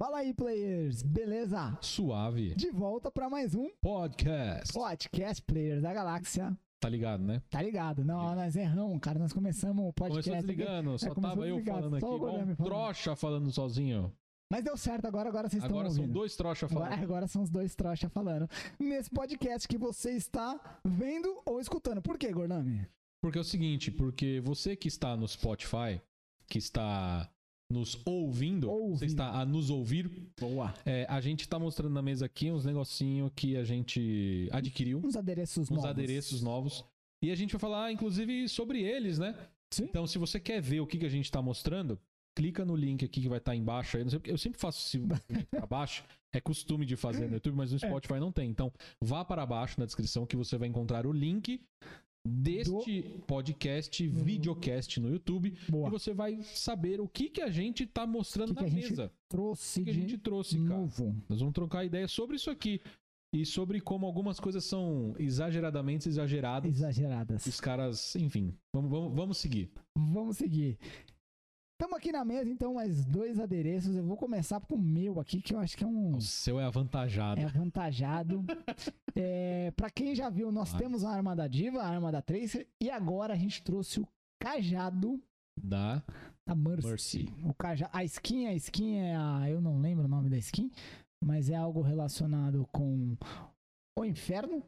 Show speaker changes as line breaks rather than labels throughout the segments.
Fala aí, players! Beleza?
Suave.
De volta pra mais um
Podcast.
podcast Players da Galáxia.
Tá ligado, né?
Tá ligado? Não, nós erramos, cara. Nós começamos o podcast. né? É,
Começou desligando, só
começou
tava eu
desligado,
falando
só
aqui,
o
igual um
Gorami falando.
trouxa falando sozinho.
Mas deu certo agora, agora vocês estão
Agora
ouvindo.
são dois trouxas
Agora,
falando.
agora são os dois trouxas falando. Nesse podcast que você está vendo ou escutando. Por quê, Gornami?
Porque é o seguinte, porque você que está no Spotify, que está nos ouvindo,
Ouvindo.
você está a nos ouvir,
Boa.
é, a gente tá mostrando na mesa aqui uns negocinho que a gente adquiriu,
Uns adereços
uns
novos.
adereços novos. E a gente vai falar, inclusive, sobre eles, né?
Sim.
Então, se você quer ver o que, que a gente tá mostrando, clica no link aqui que vai estar embaixo. Aí, não sei porque- eu sempre faço esse link pra baixo. É costume de fazer no YouTube, mas
É.
no Spotify não tem. Então, vá para baixo na descrição que você vai encontrar o link deste podcast, videocast no YouTube. E
Uhum. Boa.
você vai saber o que, que a gente tá mostrando
Que que
na
a gente-
mesa.
Trouxe
O que a gente
de
trouxe, cara.
novo.
Nós vamos trocar ideia sobre isso aqui. E sobre como algumas coisas são exageradamente exageradas.
Exageradas.
Os caras, enfim, vamos, vamos, vamos seguir.
Vamos seguir. Estamos aqui na mesa, então, mais dois adereços. Eu vou começar com o meu aqui, que eu acho que é um.
O seu é avantajado.
É avantajado. é, para quem já viu, nós
Vai.
temos a arma da Diva, a arma da Tracer, e agora a gente trouxe o cajado
Da
da Mercy.
Mercy.
O caja... A skin, a skin é a. Eu não lembro o nome da skin, mas é algo relacionado com o inferno.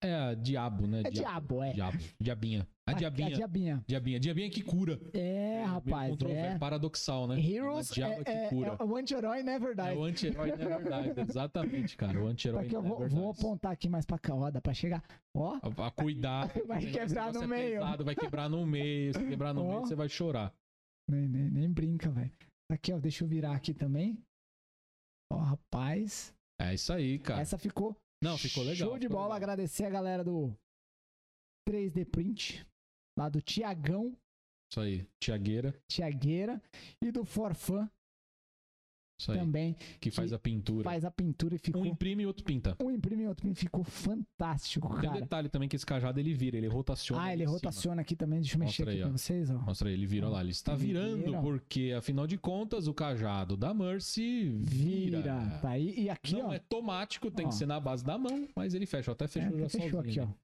É a diabo, né?
É diabo, é.
Diabo. Diabinha. A diabinha.
A, a diabinha.
Diabinha. Diabinha que cura.
É,
Meio
rapaz.
controver-
É.
paradoxal, né?
Heroes
O
é,
diabo que
é-
cura.
é o anti-herói, né? Verdade.
É o anti-herói, na verdade. Exatamente, cara. O anti-herói,
Tá aqui,
na
eu vou,
verdade.
vou apontar aqui mais pra cá, ó, dá pra chegar. Ó,
A, a cuidar.
Vai
Esse
quebrar
negócio
no
é
meio.
pesado, vai quebrar no meio. Se quebrar no
Ó.
meio, você vai chorar.
nem, nem, nem brinca, velho. Tá Aqui, ó, deixa eu virar aqui também. Ó, rapaz.
É isso aí, cara.
Essa ficou
Não, ficou legal.
show de
ficou
bola.
legal.
Agradecer a galera do 3D Print, lá do Tiagão,
Isso aí. Tiagueira.
Tiagueira, e do Forfan
Isso aí.
também,
Que faz a pintura.
faz a pintura e ficou.
Um
Um,
imprime e outro pinta.
imprime e outro imprime, ficou fantástico,
Tem um
cara.
detalhe também que esse cajado ele vira, ele rotaciona.
Ah, ele
em cima.
rotaciona aqui também, deixa eu mexer
Mostra
aqui
aí,
pra
ó.
vocês, ó.
Mostra aí, ele vira olha lá. Ele está
Ele
virando,
vira.
porque afinal de contas o cajado da Mercy vira.
Vira, tá aí. E aqui,
Não
ó,
é automático, tem
Ó.
que ser na base da mão, mas ele fecha. Até fechou
é,
já
fechou
sozinho.
aqui, ó.
né?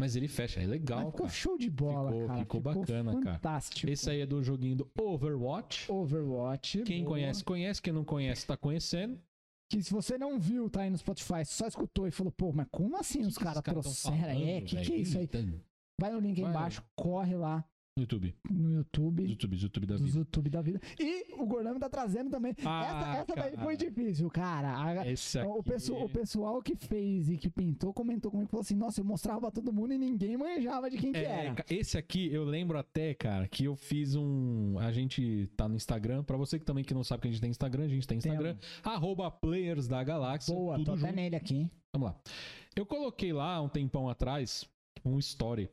Mas ele fecha, é
Mas
legal.
ficou
cara.
show de bola,
Ficou-
cara.
ficou bacana, cara.
fantástico.
Esse aí é do joguinho do Overwatch.
Overwatch.
Quem
boa.
conhece, conhece. Quem não conhece, tá conhecendo.
Que se você não viu, tá aí no Spotify, só escutou e falou, pô, mas como assim os caras
tão
trouxeram?
falando,
É, que que é
velho?
isso aí?
Tem-
Vai no link aí
Vai.
embaixo, corre lá
No YouTube.
no YouTube,
YouTube, YouTube da
no
vida.
YouTube da vida. E o Gorlame tá trazendo também. essa
Ah,
essa daí
cara.
foi difícil, cara. A-
Esse aqui.
o, pesso- o pessoal que fez e que pintou comentou comigo e falou assim: Nossa, eu mostrava pra todo mundo e ninguém manjava de quem que
É,
era.
ca- esse aqui eu lembro até, cara, que eu fiz um. A gente tá no Instagram. Pra você que também que não sabe que a gente tem Instagram, a gente tem Instagram. Arroba Players da Galáxia.
Boa, tá tô
tudo
até
junto.
nele aqui, hein?
Vamos lá. Eu coloquei lá um tempão atrás um story.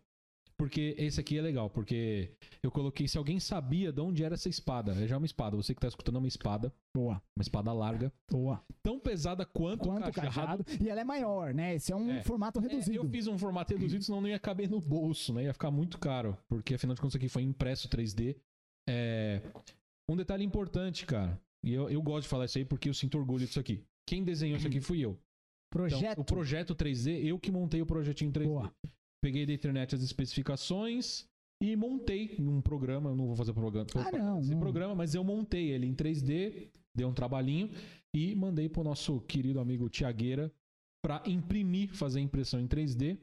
Porque esse aqui é legal, porque eu coloquei se alguém sabia de onde era essa espada. É já uma espada. Você que tá escutando é uma espada,
Boa,
uma espada larga.
boa.
Tão pesada quanto,
Quanto
o cajado.
cajado. E ela é maior, né? Esse é um
É.
formato
É,
reduzido.
eu fiz um formato reduzido, senão não ia caber no bolso, né? Ia ficar muito caro. Porque afinal de contas isso aqui foi impresso 3D. É, Um detalhe importante, cara. E eu, eu gosto de falar isso aí porque eu sinto orgulho disso aqui. Quem desenhou isso aqui fui eu. Então,
Projeto.
o projeto 3D, eu que montei o projetinho 3D.
Boa.
Peguei da internet as especificações e montei num programa. Eu não vou fazer programa.
Ah, não,
Esse
não.
programa, mas eu montei ele em 3D, dei um trabalhinho e mandei pro nosso querido amigo Tiagueira pra imprimir, fazer a impressão em 3D.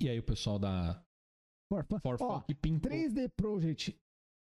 E aí o pessoal da
Forfã.
Forfã
Ó,
que pintou
3D Project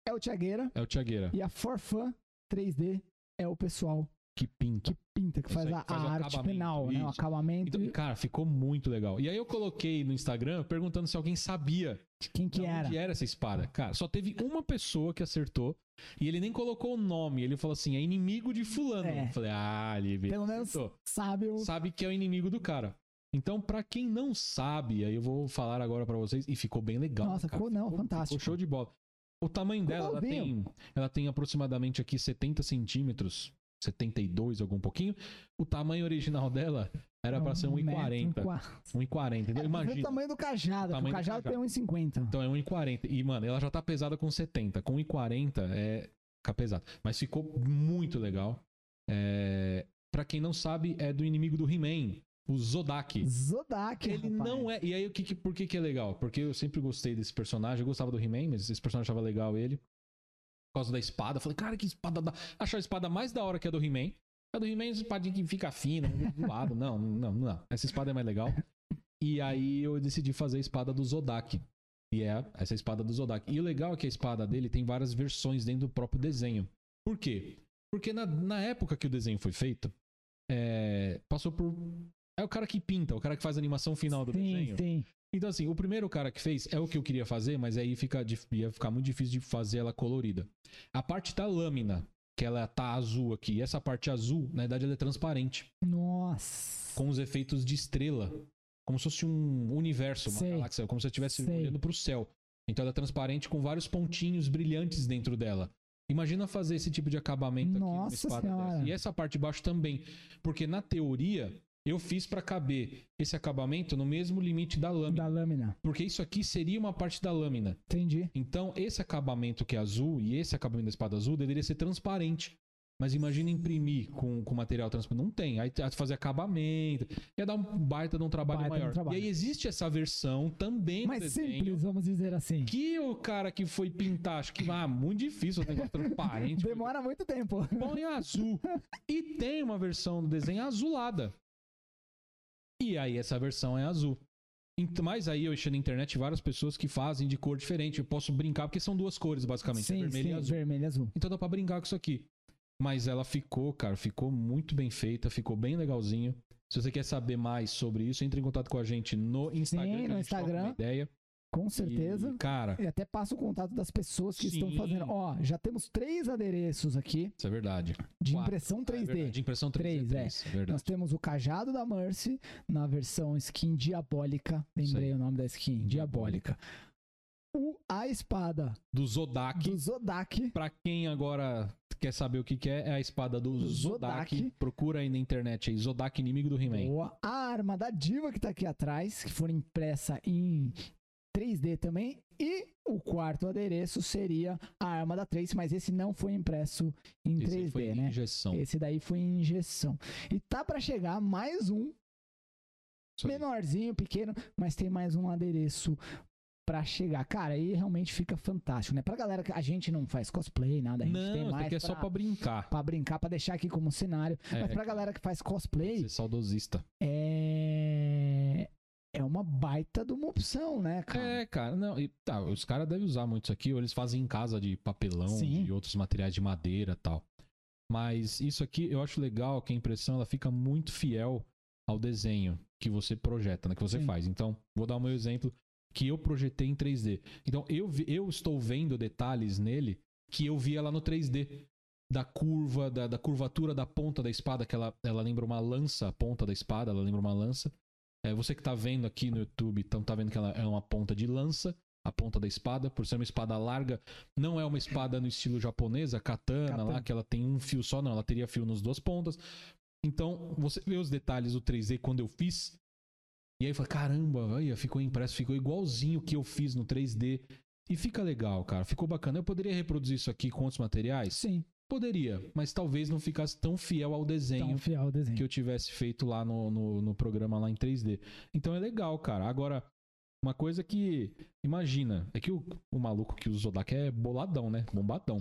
é o Tiagueira
é o Tiagueira
e a Forfã 3D é o pessoal
que pinta.
que pinta, que
Isso
faz
aí,
a,
que faz
a
o
arte
acabamento,
final, né? O
isso.
acabamento
Então,
e
cara, ficou muito legal. E aí eu coloquei no Instagram perguntando se alguém sabia
de quem que
Da
era.
onde era essa espada? Cara, só teve uma pessoa que acertou e ele nem colocou o nome. Ele falou assim: é inimigo de fulano.
É.
Eu Falei, ah, ele
Pelo menos
acertou.
sabe o.
sabe que é o inimigo do cara. Então, pra quem não sabe, aí eu vou falar agora pra vocês e ficou bem legal.
Nossa,
cara.
ficou não, fantástico.
Ficou show de bola. O tamanho
Ficou
dela, ela tem,
novinho.
ela tem aproximadamente aqui 70 centímetros, 72, algum pouquinho. O tamanho original dela era
É um
pra ser 1,40. 1,40.
Imagina. É,
Então,
o
imagina.
tamanho do cajado, que o
Tamanho do
cajado tem
cajado.
1,50.
Então é 1,40. E, mano, ela já tá um pesada com 70. Com 1,40 é. Fica pesado. Mas ficou muito legal. É, para quem não sabe, é do inimigo do He-Man, o Zodak.
Zodak,
é Ele
rapaz.
não é. E aí, o que, que- por que, que é legal? Porque eu sempre gostei desse personagem. Eu gostava do He-Man, mas esse personagem achava legal ele. Por causa da espada. Eu Falei, cara, que espada da. Achar a espada mais da hora que a do He-Man. A do He-Man é uma espadinha que fica fina, do lado. Não, não, não. Essa espada é mais legal. E aí eu decidi fazer a espada do Zodak. E é essa espada do Zodak. E o legal é que a espada dele tem várias versões dentro do próprio desenho. Por quê? Porque na, na época que o desenho foi feito, é, passou por. É o cara que pinta, o cara que faz a animação é final do desenho.
Sim, sim.
Então, assim, o primeiro cara que fez é o que eu queria fazer, mas aí fica, dif- ia ficar muito difícil de fazer ela colorida. A parte da lâmina, que ela tá azul aqui, essa parte azul, na verdade, ela é transparente,
Nossa.
com os efeitos de estrela. Como se fosse um universo, uma
Sei.
galáxia, como se eu estivesse
Sei.
olhando pro céu. Então ela é transparente com vários pontinhos brilhantes dentro dela. Imagina fazer esse tipo de acabamento aqui numa
Nossa
espada
Senhora.
dessa. E essa parte de baixo também. Porque na teoria, eu fiz pra caber esse acabamento no mesmo limite da lâmina.
Da lâmina.
Porque isso aqui seria uma parte da lâmina.
Entendi.
Então, esse acabamento que é azul e esse acabamento da espada azul deveria ser transparente. Mas imagina imprimir com, com material transparente. Não tem. Aí tem que fazer acabamento. Ia dar um baita de um trabalho
Baita de um
maior.
trabalho.
E aí existe essa versão também
Mas
do desenho.
simples, vamos dizer assim.
Que o cara que foi pintar, acho que ah, muito difícil o negócio transparente.
Demora muito tempo.
Põe azul. E tem uma versão do desenho azulada. E aí essa versão é azul. Ent- Mas aí eu achei na internet várias pessoas que fazem de cor diferente. Eu posso brincar, porque são duas cores, basicamente. é
sim,
vermelho e
sim,
azul.
vermelho e azul.
Então dá pra brincar com isso aqui. Mas ela ficou, cara, ficou muito bem feita, ficou bem legalzinho. Se você quer saber mais sobre isso, entre em contato com a gente no Instagram. que a
no
gente troca uma
Instagram.
Ideia.
Com certeza.
E, cara,
E até passa o contato das pessoas que estão
Sim.
fazendo. Ó, já temos três adereços aqui
isso é verdade.
de
Quatro.
impressão
É
3D.
verdade, de impressão 3D.
Três, é.
três, verdade.
Nós temos o cajado da Mercy na versão skin diabólica. Lembrei
Isso
o nome da skin, diabólica. O, a espada
Ah, Do Zodak.
do Zodak.
Pra quem agora quer saber o que, que é, é a espada do Zodak.
Zodak.
Procura aí na internet aí, Zodak inimigo do He-Man.
Boa. A arma da diva que tá aqui atrás, que for impressa em 3D também. E o quarto adereço seria a arma da Trace, mas esse não foi impresso em
Esse aí
3D,
foi
né?
injeção.
Esse daí foi injeção. E tá pra chegar mais um
Isso
né?
aí.
menorzinho, pequeno, mas tem mais um adereço pra chegar. Cara, aí realmente fica fantástico, né? Pra galera que a gente não faz cosplay, nada, a gente tem
Não, isso
mais
aqui é só pra brincar.
pra brincar, pra deixar aqui como cenário.
É,
mas pra galera que faz cosplay,
ser saudosista.
é é uma baita de uma opção, né, cara?
É, cara, não, e, tá, os caras devem usar muito isso aqui, ou eles fazem em casa de papelão,
Sim.
de outros materiais de madeira e tal. Mas isso aqui eu acho legal que a impressão ela fica muito fiel ao desenho que você projeta, né, que você
Sim.
faz. Então, vou dar o meu exemplo que eu projetei em 3D. Então, eu, vi- eu estou vendo detalhes nele que eu via lá no 3D. Da curva, da, da curvatura da ponta da espada, que ela, ela lembra uma lança, a ponta da espada, ela lembra uma lança. É, você que tá vendo aqui no YouTube, então tá vendo que ela é uma ponta de lança, a ponta da espada, por ser uma espada larga, não é uma espada no estilo japonesa, katana,
Katana.
lá, que ela tem um fio só, não, ela teria fio nas duas pontas. Então, você vê os detalhes do 3D quando eu fiz, e aí fala, caramba, olha, ficou impresso, ficou igualzinho o que eu fiz no 3D. E fica legal, cara, ficou bacana. Eu poderia reproduzir isso aqui com outros materiais?
Sim,
Poderia, mas talvez não ficasse tão fiel ao desenho
então fiel ao desenho.
um que eu tivesse feito lá no, no, no programa lá em 3D. Então é legal, cara. Agora, uma coisa que. Imagina, é que o, o maluco que usa o Zodak é boladão, né? Bombadão.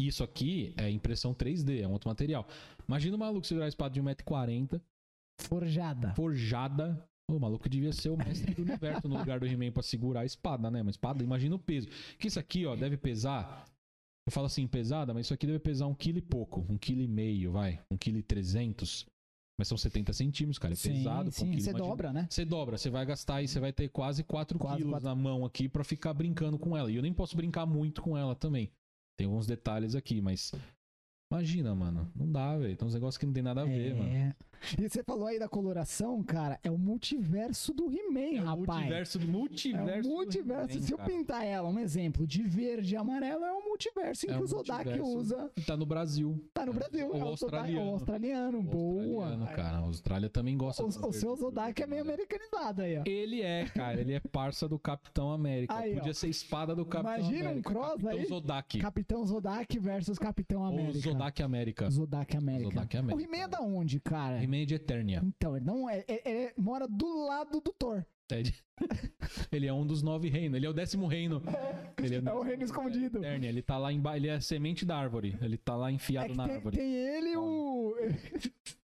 E Isso aqui é impressão 3D, é um outro material. Imagina o maluco segurar a espada de 1,40m,
Forjada.
forjada. O maluco devia ser o mestre do universo no lugar do He-Man pra segurar a espada, né? Uma espada, imagina o peso. Que isso aqui, ó, deve pesar. Eu falo assim, pesada, mas isso aqui deve pesar um quilo e pouco. Um quilo e meio, vai. Um quilo e trezentos. Mas são 70 centímetros, cara. É
sim,
pesado. com um
sim,
quilo,
você
imagina.
dobra, né?
Você dobra, você vai gastar aí, você vai ter quase 4
Quase
quilos
quatro.
na mão aqui pra ficar brincando com ela. E eu nem posso brincar muito com ela também. Tem alguns detalhes aqui, mas. Imagina, mano. Não dá, velho. Tem uns negócios que não tem nada a ver, mano.
É. E você falou aí da coloração, cara, é o multiverso do He-Man,
É o
rapaz.
multiverso do multiverso.
É o
do
multiverso.
He-Man,
Se eu
cara.
pintar ela, um exemplo, de verde e amarelo, é um multiverso em
É
que
um
o Zodak
multiverso.
usa.
Tá no Brasil.
Tá no
É,
Brasil, é
ou
o Zodak, é
australiano.
o australiano.
Australiano,
Boa.
cara. A Austrália também gosta do
O, o seu
verde,
Zodak é meio
amarelo.
americanizado aí, ó.
Ele é, cara. Ele é parça do Capitão América.
Aí,
Podia ser espada do Capitão
Imagina um
América.
cross
Capitão
aí.
Zodak.
Capitão Zodak versus Capitão
Ou
América.
Zodak América.
Zodak América.
Zodak América.
O He-Man é da onde, cara?
He-Man é de Eternia.
Então, ele não é. Ele, ele mora do lado do Thor.
É de- ele é um dos nove reinos. Ele é o décimo reino. Ele
É o reino escondido.
Eternia. Ele tá lá embaixo. Ele é a semente da árvore. Ele tá lá
É
enfiado
que
na
tem,
árvore. É,
tem ele e o.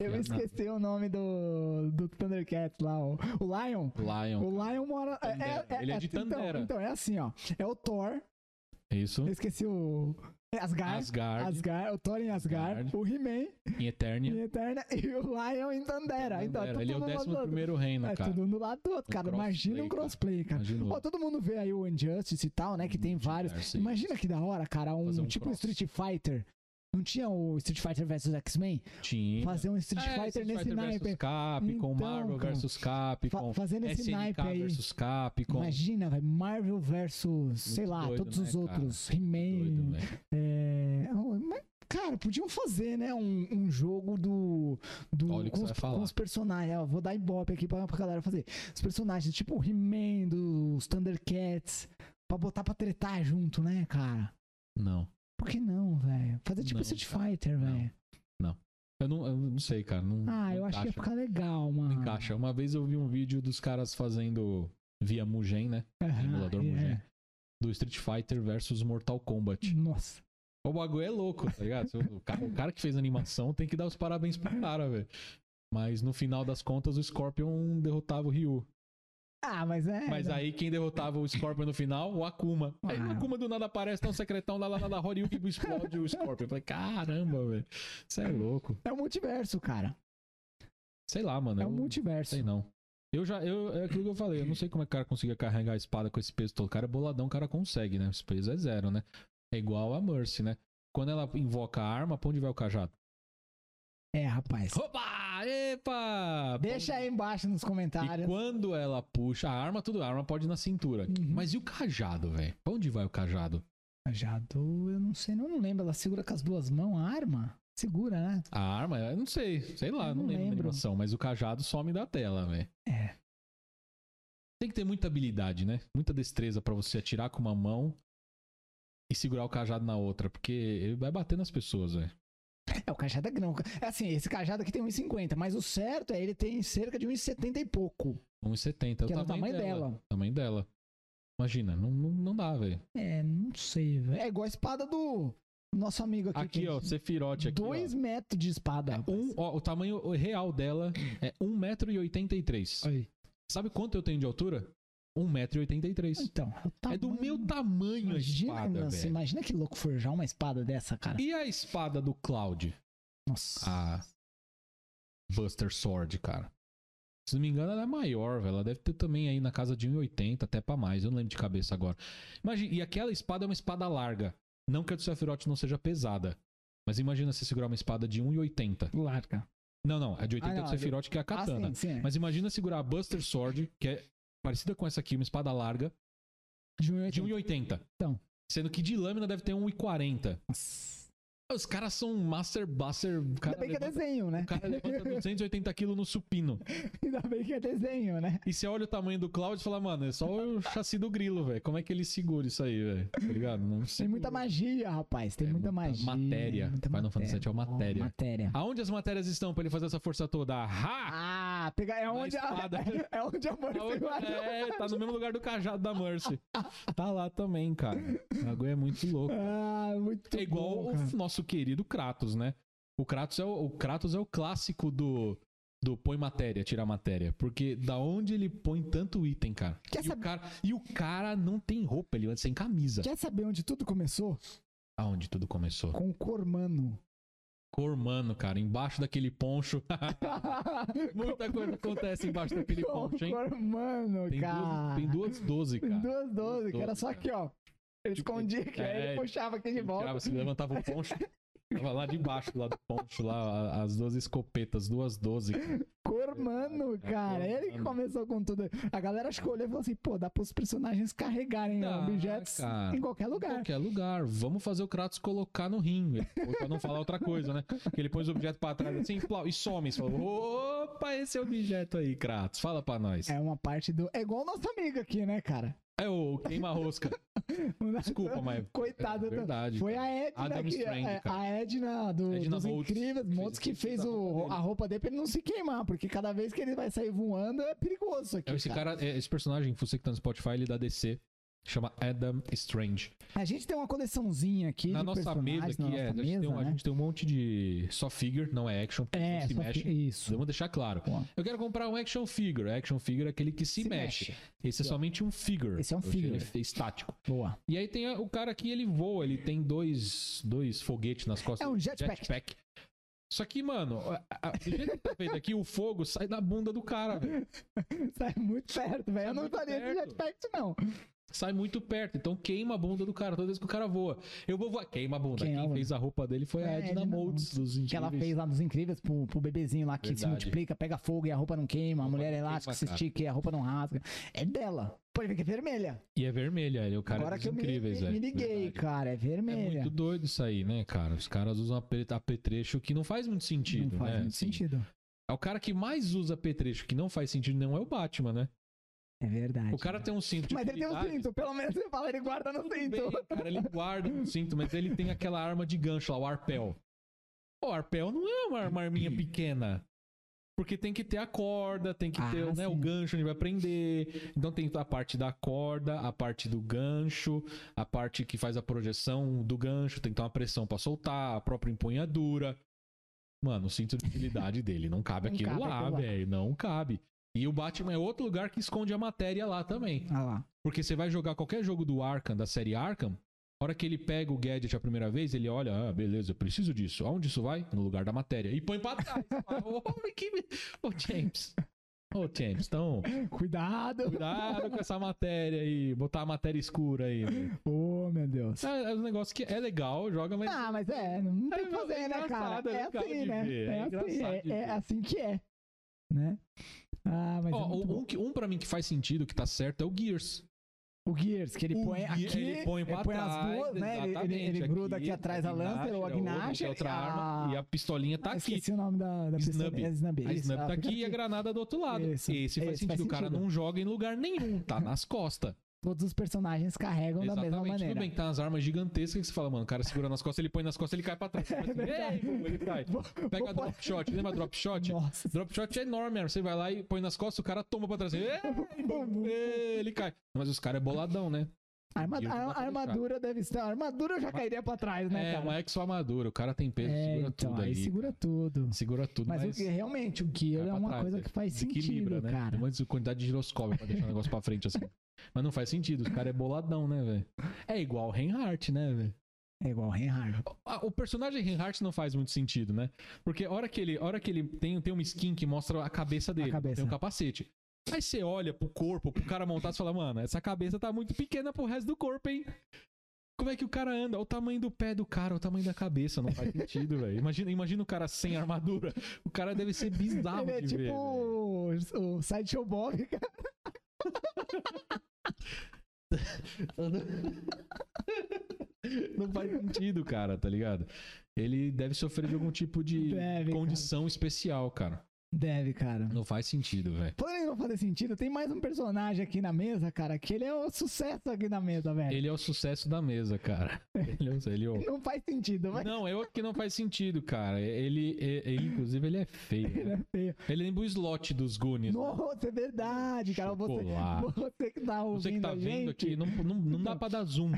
Eu
Enfiado na
esqueci o nome do, do Thundercat lá, o, o Lion.
Lion.
O Lion mora. é-
Tandera.
É, é,
Ele é de
então-
Tandera.
Então, é assim, ó. É o Thor.
É Isso.
Eu esqueci o. é Asgard.
Hum? Asgard.
Asgard, o Thor em Asgard,
Asgard.
o He-Man
Em Eternia.
em Eterna e o Lion em Tandera. Então, é
Era.
tudo
ele é o
no
décimo
lado-
primeiro reino,
É
cara.
tudo no lado do outro,
Um
cara. Imagina um
crossplay, Uhum.
crossplay, cara.
Imagina o
Ó, todo mundo vê aí o Injustice e tal, né? Que tem vários.
multiverso aí.
Imagina que da hora, cara. Um,
Uhum, Fazer um
tipo
cross.
Street Fighter. Não tinha o Street Fighter vs X-Men?
Tinha.
Fazer um Street
É,
Fighter nesse
Fighter versus
naipe.
Capcom,
Então,
Marvel
cara.
versus
Fa-
Capcom,
fazendo esse naipe
SNK
aí.
versus Capcom.
Imagina, velho. Marvel versus, sei lá,
doido,
todos
né,
os
cara?
outros.
Doido,
He-Man.
velho.
É... oh, mas, Cara, podiam fazer, né? Um, um jogo do. do
Olha o que
com,
você
os,
vai falar.
com os personagens. Ó, vou dar ibope aqui pra, pra galera fazer. Os personagens, tipo o He-Man, dos Thundercats. Pra botar pra tretar junto, né, cara?
Não.
Por que não, velho? Fazer tipo
Não,
Street
cara,
Fighter,
não.
velho.
Eu não, eu não sei, cara. Não,
Ah,
não
eu acho que ia
encaixa.
ficar legal, mano.
Não encaixa. Uma vez eu vi um vídeo dos caras fazendo via Mugen, né?
Aham,
Emulador
é.
Mugen. Do Street Fighter versus Mortal Kombat.
Nossa.
O bagulho é louco, tá ligado? O cara, o cara que fez a animação tem que dar os parabéns pro cara, velho. Mas no final das contas, o Scorpion derrotava o Ryu.
Ah, mas é.
Mas
né?
aí quem derrotava o Scorpion no final? O Akuma. Aí o
Ah.
Akuma do nada aparece, tá um secretão lá, lá, lá, lá, Horyuki explode o Scorpion. Eu falei, caramba, velho. Isso é louco.
É um multiverso, cara.
Sei lá, mano.
É
eu
um
não
multiverso.
sei não. Eu já, eu, é aquilo que eu falei, eu não sei como é que o cara conseguia carregar a espada com esse peso todo. O cara é boladão, o cara consegue, né? Esse peso é zero, né? É igual a Mercy, né? Quando ela invoca a arma, pra onde vai o cajado?
É, rapaz.
Opa! Epa!
Deixa aí embaixo nos
E
comentários.
quando ela puxa a arma, tudo, a arma pode ir na cintura.
Uhum.
Mas e o cajado, velho? Pra onde vai o cajado?
Cajado, eu não sei, eu não lembro. Ela segura com as duas mãos a arma? Segura, né?
A arma, eu não sei, sei lá,
Eu
não,
não
lembro da
lembro.
animação, mas o cajado some da tela, velho.
É.
Tem que ter muita habilidade, né? Muita destreza pra você atirar com uma mão e segurar o cajado na outra, porque ele vai bater nas pessoas, velho.
É, o cajado é grão. É assim, esse cajado aqui tem 1,50, mas o certo é ele tem cerca de 1,70 e pouco.
1,70 é o
que é
tamanho,
o tamanho
dela.
dela.
Tamanho dela. Imagina, não, não, não dá, velho.
É, não sei, velho. É igual a espada do nosso amigo aqui.
Aqui,
que-
ó, Cefirote aqui.
Dois metros de espada.
ó.
Tá, rapaz.
Um, ó, o tamanho real dela é 1,83m.
Aí.
Sabe quanto eu tenho de altura? 1,83m.
Então, é, o
É do
tamanho-
meu tamanho a
Imagina,
espada,
nossa,
velho.
imagina que louco forjar uma espada dessa, cara.
E a espada do Cloud?
Nossa.
A Buster Sword, cara. Se não me engano, ela é maior, velho. Ela deve ter também aí na casa de 1,80, até pra mais. Eu não lembro de cabeça agora. Imagina, e aquela espada é uma espada larga. Não que a do Sephiroth não seja pesada. Mas imagina você segurar uma espada de 1,80.
Larga.
Não, não. A de 80
Ah,
é
não,
do
a de-
Sephiroth, que é a katana.
Ah, sim, sim.
Mas imagina segurar a Buster Sword, que é parecida com essa aqui, uma espada larga,
de 1,80.
de 1,80.
Então.
Sendo que de lâmina deve ter 1,40.
Nossa.
Os caras são um master blaster. O cara,
Ainda bem que é
levanta,
desenho, né?
o cara levanta 280 kg no supino.
Ainda bem que é desenho, né?
E você olha o tamanho do Cloud e fala, mano, é só o chassi do grilo, velho. Como é que ele segura isso aí, velho? Tá ligado? Não
Tem muita magia, rapaz. Tem
É
muita,
muita
magia.
matéria.
Muita
Final Fantasy VII é uma
Ó,
matéria.
matéria.
Aonde as matérias estão pra ele fazer essa força toda? Ha!
Ah, pega... é,
Na
onde a...
espada.
é onde a mãe
Aonde- É, tá no mesmo lugar do cajado da Mercy. Tá lá também, cara. O bagulho é muito louco.
Ah, muito
É igual
bom, cara.
o nosso querido Kratos, né? O Kratos é o, o Kratos é o clássico do do põe matéria, tira matéria, porque da onde ele põe tanto item, cara?
Quer
e, o
saber-
cara e o cara não tem roupa, ele anda sem camisa.
Quer saber onde tudo começou?
Aonde tudo começou?
Com o Cormano.
Cormano, cara, embaixo daquele poncho. Muita coisa acontece embaixo daquele
Com o
poncho, hein?
Cormano,
Tem duas,
cara.
tem duas 12, cara.
Duas doze, que era
doze,
só
cara.
aqui, ó. Ele
Tipo,
escondia aqui, aí
é,
ele puxava aqui de
Ele
volta.
tirava, se levantava o poncho. Tava lá debaixo, lá do poncho, lá, a- as duas escopetas, duas doze.
Cormano,
Verdade, é
cara. Ele que
Cormano.
começou com tudo. A galera acho que olhou e falou assim: pô, dá pros personagens carregarem né,
Dá,
objetos
cara. Um
em qualquer
Em
lugar.
qualquer lugar. Vamos fazer o Kratos colocar no rim. Ele, pô, pra não falar outra coisa, né? Que ele põe os objetos pra trás assim plau, e some. Você fala, opa, esse é objeto aí, Kratos. Fala pra nós.
É uma parte do. É igual nosso amigo aqui, né, cara?
É o queima-rosca. Desculpa, mas.
Coitado
É
do-
verdade.
Foi a Edna
Adam
que,
Strange,
é,
cara.
a Edna do,
Edna
dos
Moltz
incríveis
fez-
Motos que
fez
fez
a
o-
roupa dele.
a roupa dele pra ele não se queimar, porque cada vez que ele vai sair voando é perigoso isso aqui.
Então, Esse
cara.
cara, é, esse personagem, você que tá no Spotify, ele é da DC. Chama Adam Strange.
A gente tem uma coleçãozinha aqui.
na
de
nossa mesa
personagens
aqui,
na
é, a,
nossa
gente
mesa,
tem um, a
né?
gente tem um monte de só figure, não é action, porque
É,
não se
só que-
mexe.
isso.
Vamos deixar claro.
Ó.
Eu quero comprar um action figure. Action figure é aquele que se, mexe. Esse é
Ó.
somente um figure.
Esse é um
Eu achei ele
figure.
estático.
Boa.
E aí tem a- o cara que ele voa, ele tem dois, dois foguetes nas costas.
É um jetpack.
Só que, mano, a- a- do jeito que tá feito aqui, o fogo sai da bunda do cara, velho.
Sai muito perto, velho. Eu não
muito
faria esse
perto.
jetpack, não.
Sai muito perto, então queima a bunda do cara toda vez que o cara voa. Eu vou voar, queima a bunda.
Queima a
Quem
bunda.
fez a roupa dele foi
É,
a Edna
Edna
Moltz dos Incríveis.
Que ela fez lá nos incríveis pro, pro bebezinho lá que se
Verdade.
multiplica, pega fogo e a roupa não queima, a,
roupa
mulher
não
elástica
queima,
se
cara.
estica e a roupa não rasga. É dela. Pode ver que é vermelha.
E é vermelha, ele é o cara
Agora
dos
que eu me,
Incríveis,
me
velho.
liguei,
Verdade.
cara, é
É
vermelha.
muito doido isso aí, né, cara? Os caras usam apre- apetrecho que não faz muito sentido,
não faz
né?
muito
Assim,
sentido.
É o cara que mais usa apetrecho que não faz sentido não é o Batman, né?
É verdade.
O cara tem um cinto de
Mas ele tem um
utilidade.
cinto, então. pelo menos você fala, ele guarda no
Tudo
cinto.
bem, cara, ele guarda um cinto, mas ele tem aquela arma de gancho lá, o arpel. O arpel não é uma, uma arminha pequena. Porque tem que ter a corda, tem que
Ah,
ter né, o
sim.
gancho onde vai prender. Então tem a parte da corda, a parte do gancho, a parte que faz a projeção do gancho, tem que ter uma pressão pra soltar, a própria empunhadura. Mano, o cinto de utilidade dele não cabe
Não
aquilo
cabe
lá,
aquilo lá.
velho. Não cabe. E o Batman é outro lugar que esconde a matéria lá também.
Ah lá.
Porque você vai jogar qualquer jogo do Arkham, da série Arkham, a hora que ele pega o gadget a primeira vez, ele olha, ah, beleza, eu preciso disso. Aonde isso vai? No lugar da matéria. E põe pra trás. Fala, Ô, que... me- Ô, James. Ô, James, então,
Cuidado.
cuidado com essa matéria aí. Botar a matéria escura aí. né?
Oh, meu Deus.
É, é um negócio que é legal, joga, mas...
Ah, mas é, não tem o que
É,
fazer,
é
né, cara?
engraçado, é
É
legal
assim,
de
né?
ver, é
É assim,
engraçado
é-
de
é
ver.
assim que é. Né? Ah, mas é
Ó,
muito bom.
um, que- um pra mim que faz sentido, que tá certo, é o Gears.
O Gears, que ele
O
põe
Gear-
aqui,
ele põe pra
as
trás,
duas, né? Ele- Ele,
exatamente,
ele gruda aqui, é
aqui, é
atrás a Lancer, ou a Gnash.
Gnasher, ou qualquer é outra arma, e a pistolinha tá
Ah,
aqui.
Esqueci o nome da, da
Snub.
pessoa. É Snub.
A
isso,
Snap
ela
tá
fica
aqui e a granada do outro lado.
Isso.
Esse faz
Esse
sentido.
faz
o cara
sentido.
não joga em lugar nenhum, tá nas costas.
Todos os personagens carregam da mesma
Exatamente.
maneira.
Tudo bem, que tá umas armas gigantescas que você fala, mano, o cara segura nas costas, ele põe nas costas, ele cai pra trás. Você faz assim,
É verdade.
"Ei", ele cai.
Vou- vou
Pega a
pôr-
drop shot, lembra a drop shot?
Nossa.
Drop shot é enorme, você vai lá e põe nas costas, o cara toma pra trás. "Ei", "Ei", ele cai. Mas os caras é boladão, né?
A, arma-
Gears não
a-
dá pra
a armadura deve estar. A armadura eu já cairia pra trás, né,
é,
cara?
uma exo-armadura, o cara tem peso,
É,
segura
então,
tudo
aí
ali.
segura
cara.
tudo.
Segura tudo,
Mas,
mas...
o que- realmente, o Gear
Vai
é
pra
uma
trás,
coisa
é.
que faz
Desequilibra,
sentido,
né?
cara.
Tem uma quantidade de giroscópio pra deixar o negócio pra frente assim. Mas não faz sentido, o cara é boladão, né, velho? É igual o Reinhardt, né, velho?
É igual o Reinhardt.
Ah, O personagem Reinhardt não faz muito sentido, né? Porque a hora que ele, a hora que ele tem, tem uma skin que mostra a cabeça dele,
cabeça.
tem um capacete. Aí você olha pro corpo, pro cara montar, você fala, mano, essa cabeça tá muito pequena pro resto do corpo, hein? Como é que o cara anda? Olha o tamanho do pé do cara, olha o tamanho da cabeça, não faz sentido, velho. Imagina, imagina o cara sem armadura. O cara deve ser bizarro
Ele é
de
tipo
ver. velho.
o, o Sideshow Bob, cara.
Não faz sentido, cara, tá ligado? Ele deve sofrer de algum tipo de
Deve,
condição especial, cara.
Deve, cara.
Não faz sentido, velho.
Falando em não fazer sentido, tem mais um personagem aqui na mesa, cara, que ele é o sucesso aqui na mesa, velho.
Ele é o sucesso da mesa, cara. Ele é o. Ele é o-
Não faz sentido, mas
Não, é outro que não faz sentido, cara. Ele, ele- ele, inclusive, ele é feio.
ele
né?
é feio.
Ele lembra o slot dos Goonies. né?
Nossa, é verdade, cara. Você,
Chocolate.
você que tá ouvindo
Você que tá
a
vendo
gente,
aqui, não, não, não dá pra dar zoom,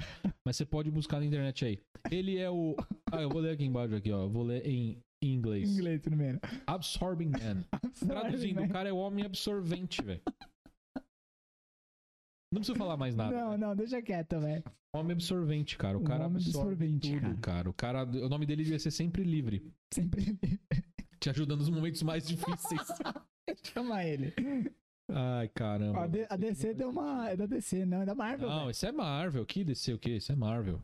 mas você pode buscar na internet aí. Ele é o. Ah, eu vou ler aqui embaixo, aqui, ó. Eu Vou ler em
em
inglês.
inglês primeiro.
Absorbing Man. é Traduzindo, o cara é o homem absorvente, velho. Não preciso falar mais nada.
Não, não, deixa quieto, velho.
Homem absorvente, cara. O
Um
cara
homem
absorve
absorvente,
tudo, cara.
cara.
O cara, o nome dele devia ser sempre livre,
Sempre
te ajudando nos momentos mais difíceis.
chama ele.
Ai, caramba.
A, D- a DC deu uma. É da DC, não, é da Marvel.
Não,
velho.
isso é Marvel. Que DC o quê? Isso é Marvel.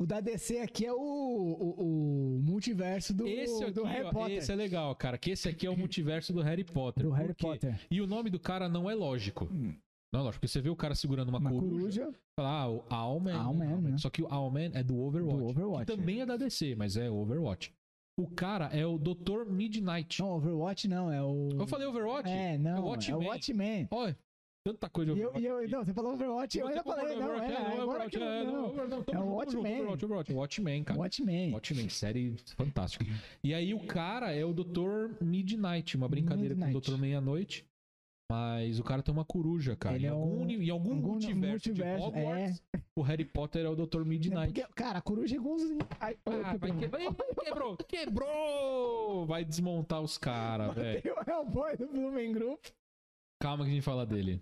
O da DC aqui é o, o, o multiverso do,
Esse aqui,
do Harry
ó,
Potter.
esse é legal, cara. Que esse aqui é o multiverso do Harry Potter.
Do
Por
Harry
quê?
Potter.
E o nome do cara não é lógico.
Hum.
Não é lógico, porque você vê o cara segurando uma,
Uma
coruja.
coruja.
Fala, ah, o Owlman. né?
Owlman,
Owlman.
né?
Só que o Owlman é do Overwatch.
Do Overwatch,
Que também é da DC, mas é Overwatch. O cara é o Dr. Midnight.
Não, Overwatch não, é o.
Eu falei Overwatch?
É,
É
não.
o
É o
Watchmen.
Watchmen.
Olha, tanta coisa
E
de
eu,
Overwatch.
e eu, não, você falou Overwatch, eu
Você
ainda
comprou
falei, não,
Overwatch,
é,
é,
agora
Overwatch,
que eu-
é,
não.
Overwatch, não,
É
tamo
o
junto,
Watchmen.
Overwatch, Overwatch, Watchmen, cara.
Watchmen.
Watchmen, série fantástica. E aí o cara é o Dr. Midnight, uma brincadeira com o
Midnight.
Dr. Meia-Noite. Mas o cara tem uma coruja, cara.
Ele
em
é
algum,
um-
uni- em algum,
algum
multiverso,
multiverso,
de Hogwarts, o Harry Potter é o Dr.
É
Midnight.
porque, cara, a coruja é igualzinho. Ai,
Ah, vai
quebrou.
quebrar. Ih, Quebrou, quebrou! Vai desmontar os caras, Ah, velho.
Tem o Hellboy do Blooming Group.
Calma que a gente fala dele.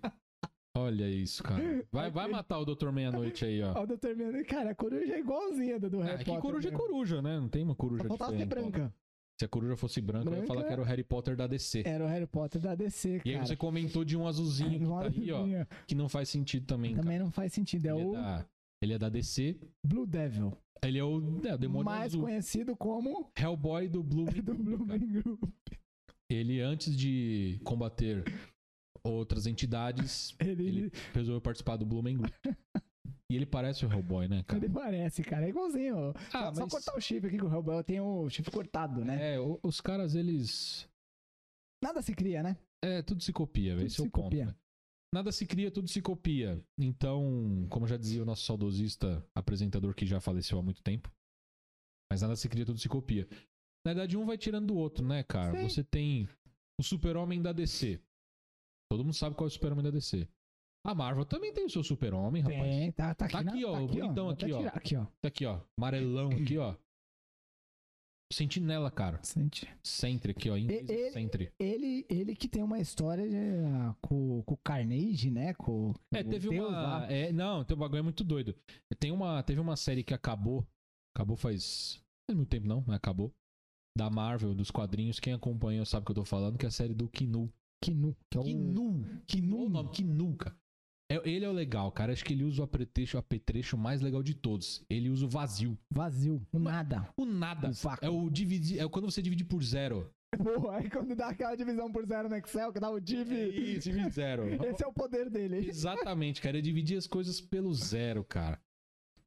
Olha isso, cara. Vai, vai matar o Dr. Meia-Noite aí, ó.
Ó, o Dr. Medo. Cara, a coruja é igualzinha da do
Ah,
Harry
que
Potter.
coruja é
mesmo.
coruja, né? Não tem uma coruja
Só faltava ser
diferente.
branca.
Se a coruja fosse branca, eu ia
Branca.
falar que era o Harry Potter da DC.
Era o Harry Potter da DC,
E aí
cara.
você comentou de um azulzinho que tá aí, ó,
Maravilha.
que não faz sentido também, cara.
Também não faz sentido. É
ele,
o
é da, ele é da DC,
Blue Devil.
ele é o, é, o demônio
mais
azul,
conhecido como
Hellboy do Blue.
do Blooming Group.
Ele antes de combater outras entidades,
Ele,
ele
ele,
resolveu participar do Blue Man Group. E ele parece o Hellboy, né, cara?
ele parece, cara. É igualzinho. só,
Ah,
só
mas-
cortar o chip aqui que o Hellboy tem o chip cortado, né?
É, o- os caras, eles.
Nada se cria, né?
É, tudo se copia,
Tudo
velho. Esse é o
se
ponto.
copia.
né? Nada se cria, tudo se copia. Então, como já dizia o nosso saudosista apresentador que já faleceu há muito tempo, mas nada se cria, tudo se copia. Na verdade, um vai tirando do outro, né, cara?
Sim.
Você tem o super-homem da DC. Todo mundo sabe qual é o super-homem da DC. A Marvel também tem o seu super-homem, rapaz.
Tem, tá, tá aqui.
Tá
na-
aqui, ó, o bonitão
Vou até
aqui, ó.
tirar Aqui, ó.
Tá aqui, ó. Amarelão aqui, ó. Sentinela, cara.
Sente.
Sentry aqui, ó. Em inglês é
ele-
Sentry.
Ele, ele que tem uma história de, ah, com, com o Carnage, né? Com,
É,
com o
teve
Deus
uma.
lá.
É, não, tem um bagulho muito doido. Tem uma, teve uma série que acabou. Acabou faz. Não muito tempo, não, mas acabou. Da Marvel, dos quadrinhos. Quem acompanha sabe o que eu tô falando, que é a série do Kinu.
Kinu. Que é o-
Kinu! Então, Kinu!
Kinu.
O nome, Kinu, cara. É- ele é o legal, cara. Acho que ele usa o apetrecho, o apetrecho mais legal de todos. Ele usa o vazio.
Vazio. o Nada.
O nada.
O vácuo.
é o dividir. É quando você divide por zero.
Porra, aí quando dá aquela divisão por zero no Excel, que dá o div.
É Isso, divide zero.
Esse é o poder dele.
Exatamente, cara. É dividir as coisas pelo zero, cara.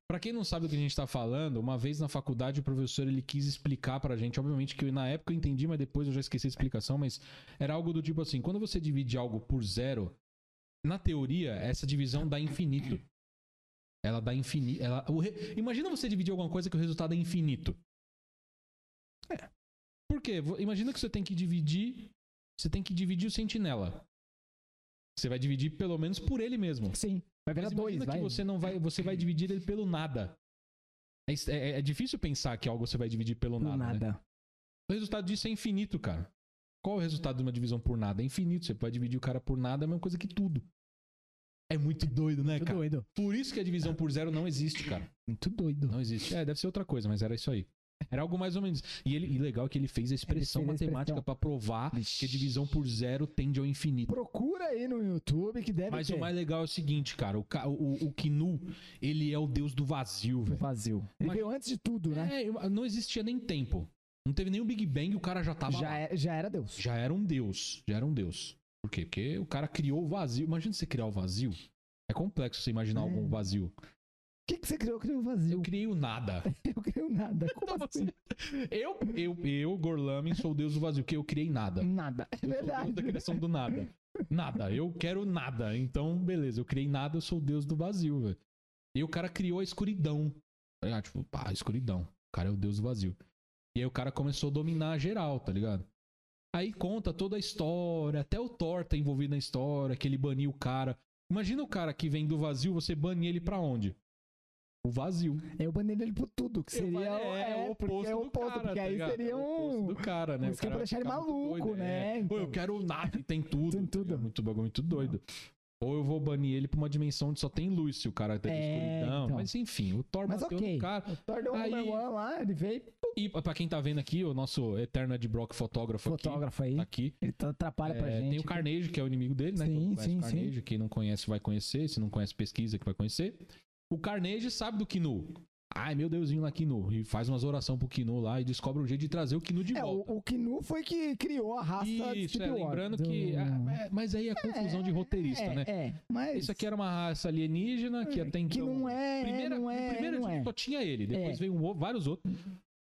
Pra quem não sabe do que a gente tá falando, uma vez na faculdade o professor ele quis explicar pra gente, obviamente que eu, na época eu entendi, mas depois eu já esqueci a explicação, mas era algo do tipo assim, quando você divide algo por zero, na teoria essa divisão dá infinito. Ela dá infinito, ela o re- imagina você dividir alguma coisa que o resultado é infinito. É. Por quê? Vo- Imagina que você tem que dividir, você tem que dividir o sentinela. Você vai dividir pelo menos por ele mesmo.
Sim. Vai virar
Mas
dois,
imagina
vai.
que você não vai, você vai dividir ele pelo nada. É, es- é- é difícil pensar que algo você vai dividir pelo
Do
nada. né?
nada.
O resultado disso é infinito, cara. Qual é o resultado de uma divisão por nada? É infinito. Você pode dividir o cara por nada, é a mesma coisa que tudo. É muito doido, né,
Muito
cara?
doido.
Por isso que a divisão por zero não existe, cara.
Muito doido.
Não existe. É, deve ser outra coisa, mas era isso aí. Era algo mais ou menos. E, ele, e legal é que ele fez a expressão
fez a
matemática
expressão.
pra provar que a
Vixe.
divisão por zero tende ao infinito.
Procura aí no YouTube que deve
Mas
ter.
o mais legal é o seguinte, cara. O, ca- o, o Kinu, ele é o deus do um vazio,
Do
velho.
vazio. Ele
Mas-
veio antes de tudo, né?
É, eu- não existia nem tempo. Não teve nem o Big Bang, o cara já tava
já,
lá.
é- já era Deus.
tá Já era um deus. Já era um deus. Por quê? Porque o cara criou o vazio. Imagina você criar o vazio. É complexo você imaginar
É.
algum vazio.
O que, que você criou? Eu criei o
Eu
vazio.
criei o nada.
Eu criei o nada. Como
Então
assim?
Eu, eu, eu, Gorlamin, sou o deus do vazio, porque eu criei nada.
Nada. É
tá- Eu sou o deus da
verdade.
criação do nada. Nada. Eu quero nada. Então, beleza. Eu criei nada, eu sou o deus do vazio, velho. E o cara criou a escuridão. Tá ligado? Tipo, pá, escuridão. O cara é o deus do vazio. E aí o cara começou a dominar geral, tá ligado? Aí conta toda a história, até o Thor tá envolvido na história, que ele baniu o cara. Imagina o cara que vem do vazio, você bane ele pra onde? O vazio.
Eu banei ele por tudo, que
Eu
seria
falei,
é,
o
porque é o
do
oposto,
cara,
porque
tá
aí
ligado?
seria
É o oposto
um
do cara, né?
Mas que é pra deixar ele
fica muito
maluco, né?
É. Ou eu
Então.
quero nada e tem tudo.
Tem tudo.
É muito bagulho, muito doido. Ou eu vou banir ele pra uma dimensão onde só tem luz, se o cara tem
É,
escuridão.
então.
Mas enfim, o Thor
Mas
bateu
ok.
no cara.
Tordeu
Aí-
Number One um lá, ele veio,
E pra quem tá vendo aqui, o nosso eterno Ed Brock fotógrafo,
fotógrafo aí,
aqui. Tá aqui.
ele tá- atrapalha pra
É,
gente.
Tem o Carnegie, que é o inimigo dele, né?
Sim,
Todo mundo conhece
sim,
o Carnegie, quem não conhece vai conhecer, se não conhece pesquisa que vai conhecer. O Carnegie sabe do Kinu. Ai, meu deusinho lá, Kinu. E faz umas orações pro Kinu lá e descobre um jeito de trazer o Kinu de
É, o,
volta.
o Kinu foi que criou a raça de
Isso,
Steve
é, lembrando
Wonder.
que. ah, é, mas aí é confusão de roteirista,
é,
né?
É, mas...
Isso aqui era uma raça alienígena que até
Que
então.
não é,
primeira,
não é,
primeiro
não é.
só tinha ele, depois
É.
veio um, o- vários outros.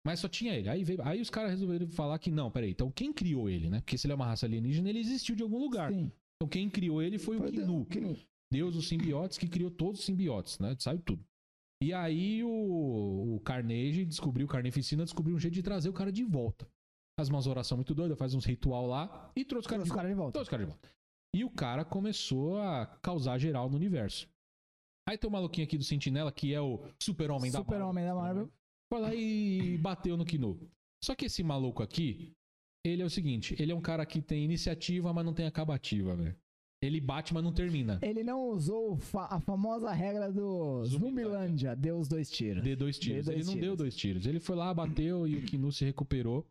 Mas só tinha ele. Aí, veio- aí os caras resolveram falar que não, peraí, então quem criou ele, né? Porque se ele é uma raça alienígena, ele existiu de algum lugar.
Sim,
Então quem criou ele foi,
foi
o Kinu, é
do- Kinu.
Deus dos simbiotes, que criou todos os simbiotes, né? Sabe tudo. E aí o, o Carnage descobriu, o Carneficina descobriu um jeito de trazer o cara de volta. Faz umas orações muito doidas, faz uns ritual lá e trouxe o cara
Trouxe
de
o cara de volta.
então os caras de volta. E o cara começou a causar geral no universo. Aí tem o maluquinho aqui do Sentinela, que é o super-homem da Marvel.
Super-Homem da Marvel.
Uhum. Foi lá e bateu no Kino. Só que esse maluco aqui, ele é o seguinte, ele é um cara que tem iniciativa, mas não tem acabativa, velho. Ele bate, mas não termina.
Ele não usou o fa- a famosa regra do
Zumbilândia.
Zumbilândia, deu os dois tiros.
Dê dois tiros.
Dê dois
ele não
tiros.
deu dois tiros. Ele foi lá, bateu e o Kinu se recuperou.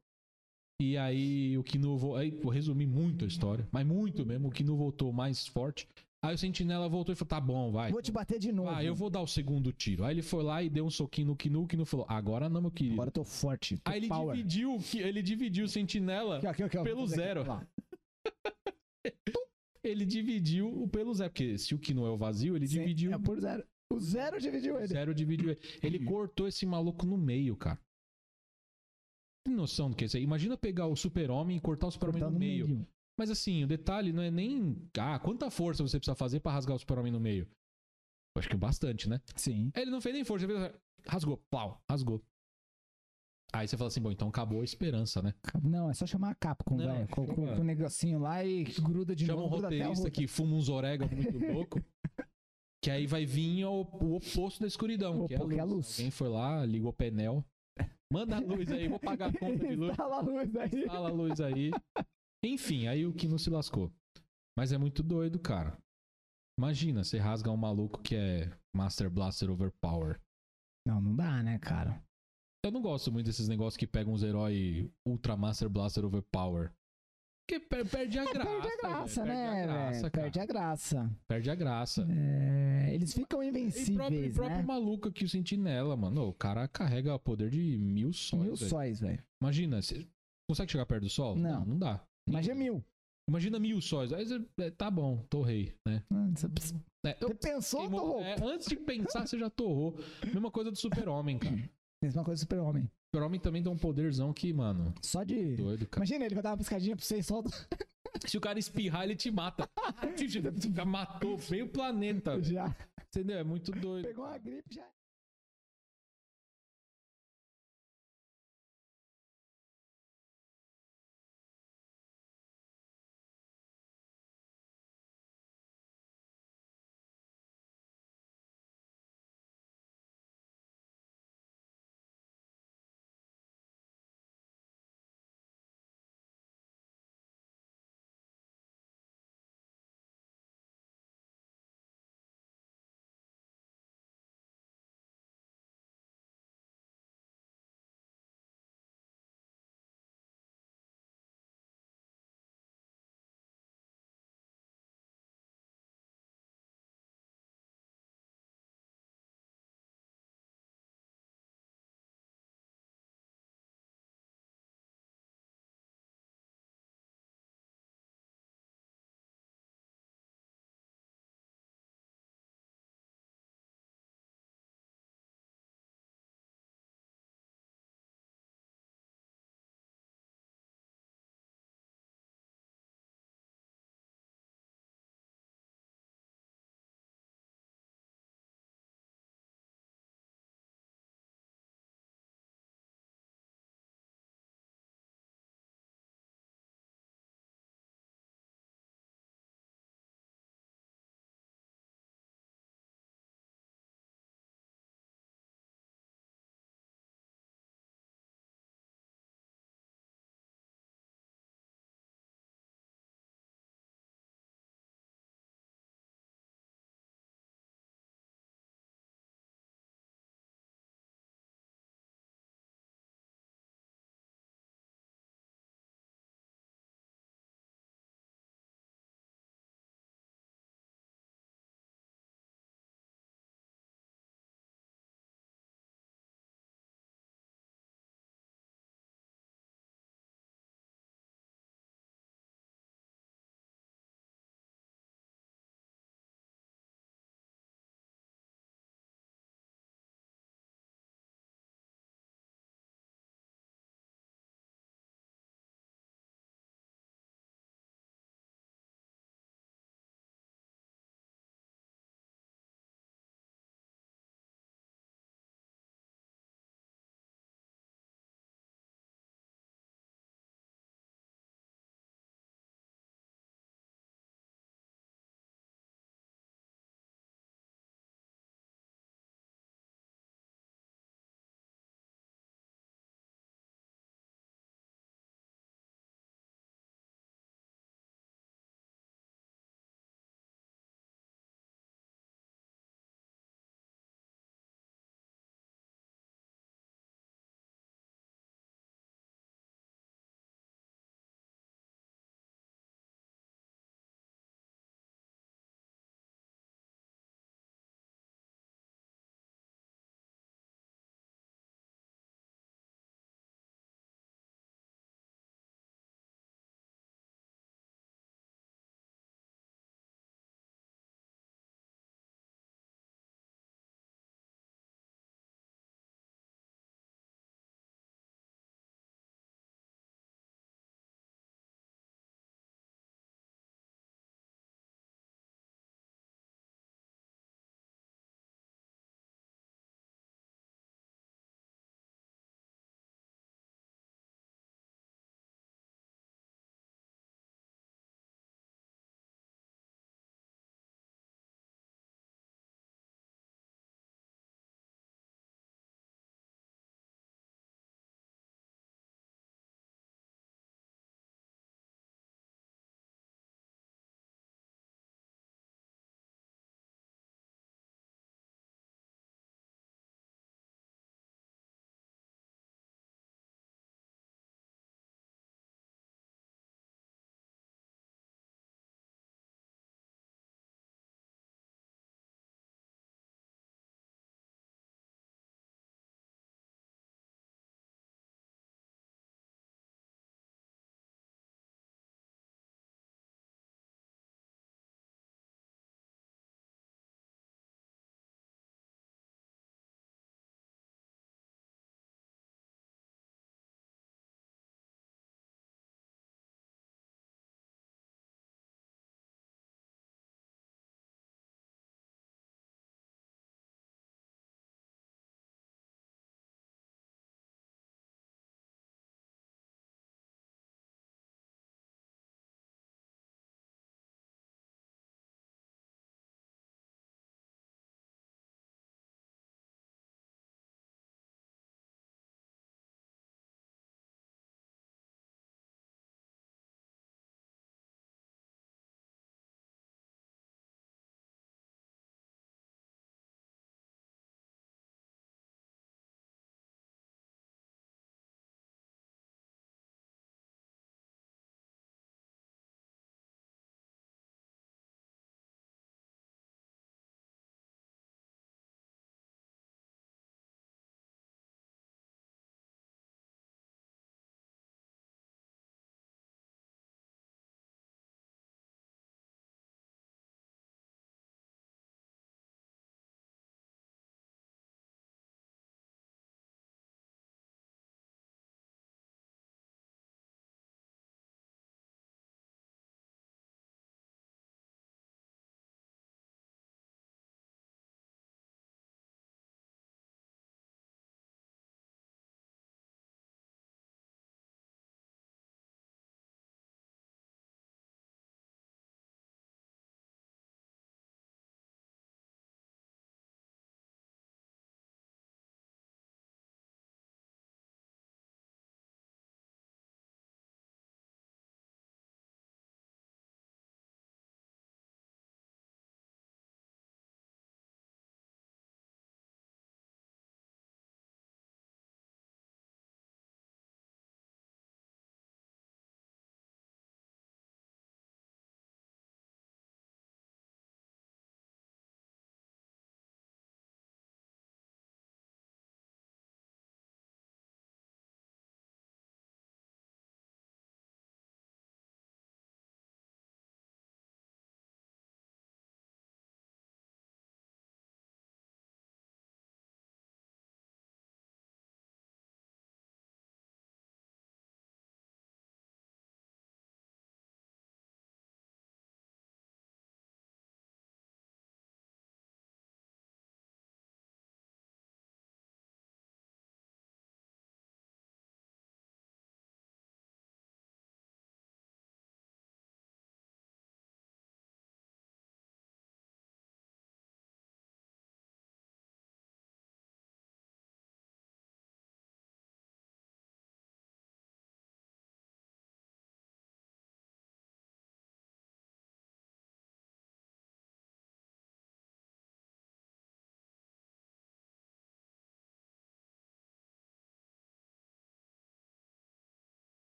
E aí o Kinu voltou. Aí vou resumir muito a história, mas muito mesmo. O Kinu voltou mais forte. Aí o Sentinela voltou e falou: tá bom, vai.
Vou te bater de novo.
Ah, eu vou dar o segundo tiro. Aí ele foi lá e deu um soquinho no Kinu, o Kinu falou, agora não, meu querido.
Agora eu tô forte. Tô
Aí ele
power.
dividiu, o Ki- ele dividiu o sentinela,
Aqui, ó, aqui, ó, aqui, ó,
pelo
vou fazer aqui,
zero.
ó, é lá.
ele dividiu o pelo zero, porque se o Kinu é o vazio, ele
Sim,
dividiu
é por zero. O zero dividiu
o
ele. Uhum.
zero, dividiu ele. Ele cortou esse maluco no meio, cara. Tem noção do que é isso aí? Imagina pegar o super-homem e cortar o super-homem
Cortar
no meio. Mas assim, o detalhe não é nem... Ah, quanta força você precisa fazer pra rasgar o super-homem no meio? Eu Acho que bastante, né?
Sim.
Ele não fez nem força, ele fez... rasgou, plau, rasgou. Aí você fala assim, bom, então acabou a esperança, né?
Não, é só chamar a Capcom,
Não,
velho. Com, com,
chama-
com um negocinho lá e gruda de
Chama um
novo. gruda até a
roteirista
outra.
que fuma uns orégano muito louco. que aí vai vir o, o oposto da escuridão,
O
que é, a
oposto, que é a
luz.
luz.
Alguém foi lá, ligou o painel. Manda a luz aí, vou pagar a conta de luz.
Instala Tá a luz aí.
Fala a luz aí. Enfim, aí o que não se lascou. Mas é muito doido, cara. Imagina, você rasga um maluco que é Master Blaster Overpower.
Não, não dá, né, cara?
Eu não gosto muito desses negócios que pegam uns heróis Ultra Master Blaster Overpower. Porque per- perde a graça.
Perde a graça,
velho.
né,
Perde a graça,
velho?
cara.
Perde a graça.
Perde a graça.
É, eles ficam
E próprio, e
invencíveis,
próprio
né?
maluco aqui, o Sentinela, mano. O cara carrega o poder de mil sóis.
Mil
velho.
sóis, velho. Imagina,
Imagina, você consegue chegar perto do sol?
Não. é
Não, dá.
Imagina mil.
Imagina mil sóis. Aí você, é, tá bom, torrei, né?
Ah, Você pss,
É, eu-
você pensou,
queimou-
torrou.
é, antes de pensar, você já torrou. Mesma coisa do super-homem, cara. O
Mesma coisa do super-homem.
super-homem também tem um poderzão que, mano,
Só de...
doido, cara.
Imagina, ele vai dar uma piscadinha pra você e solta.
Se o cara espirrar, ele te mata. Já matou meio planeta. velho.
Já
Entendeu? É muito doido.
pegou uma gripe, já...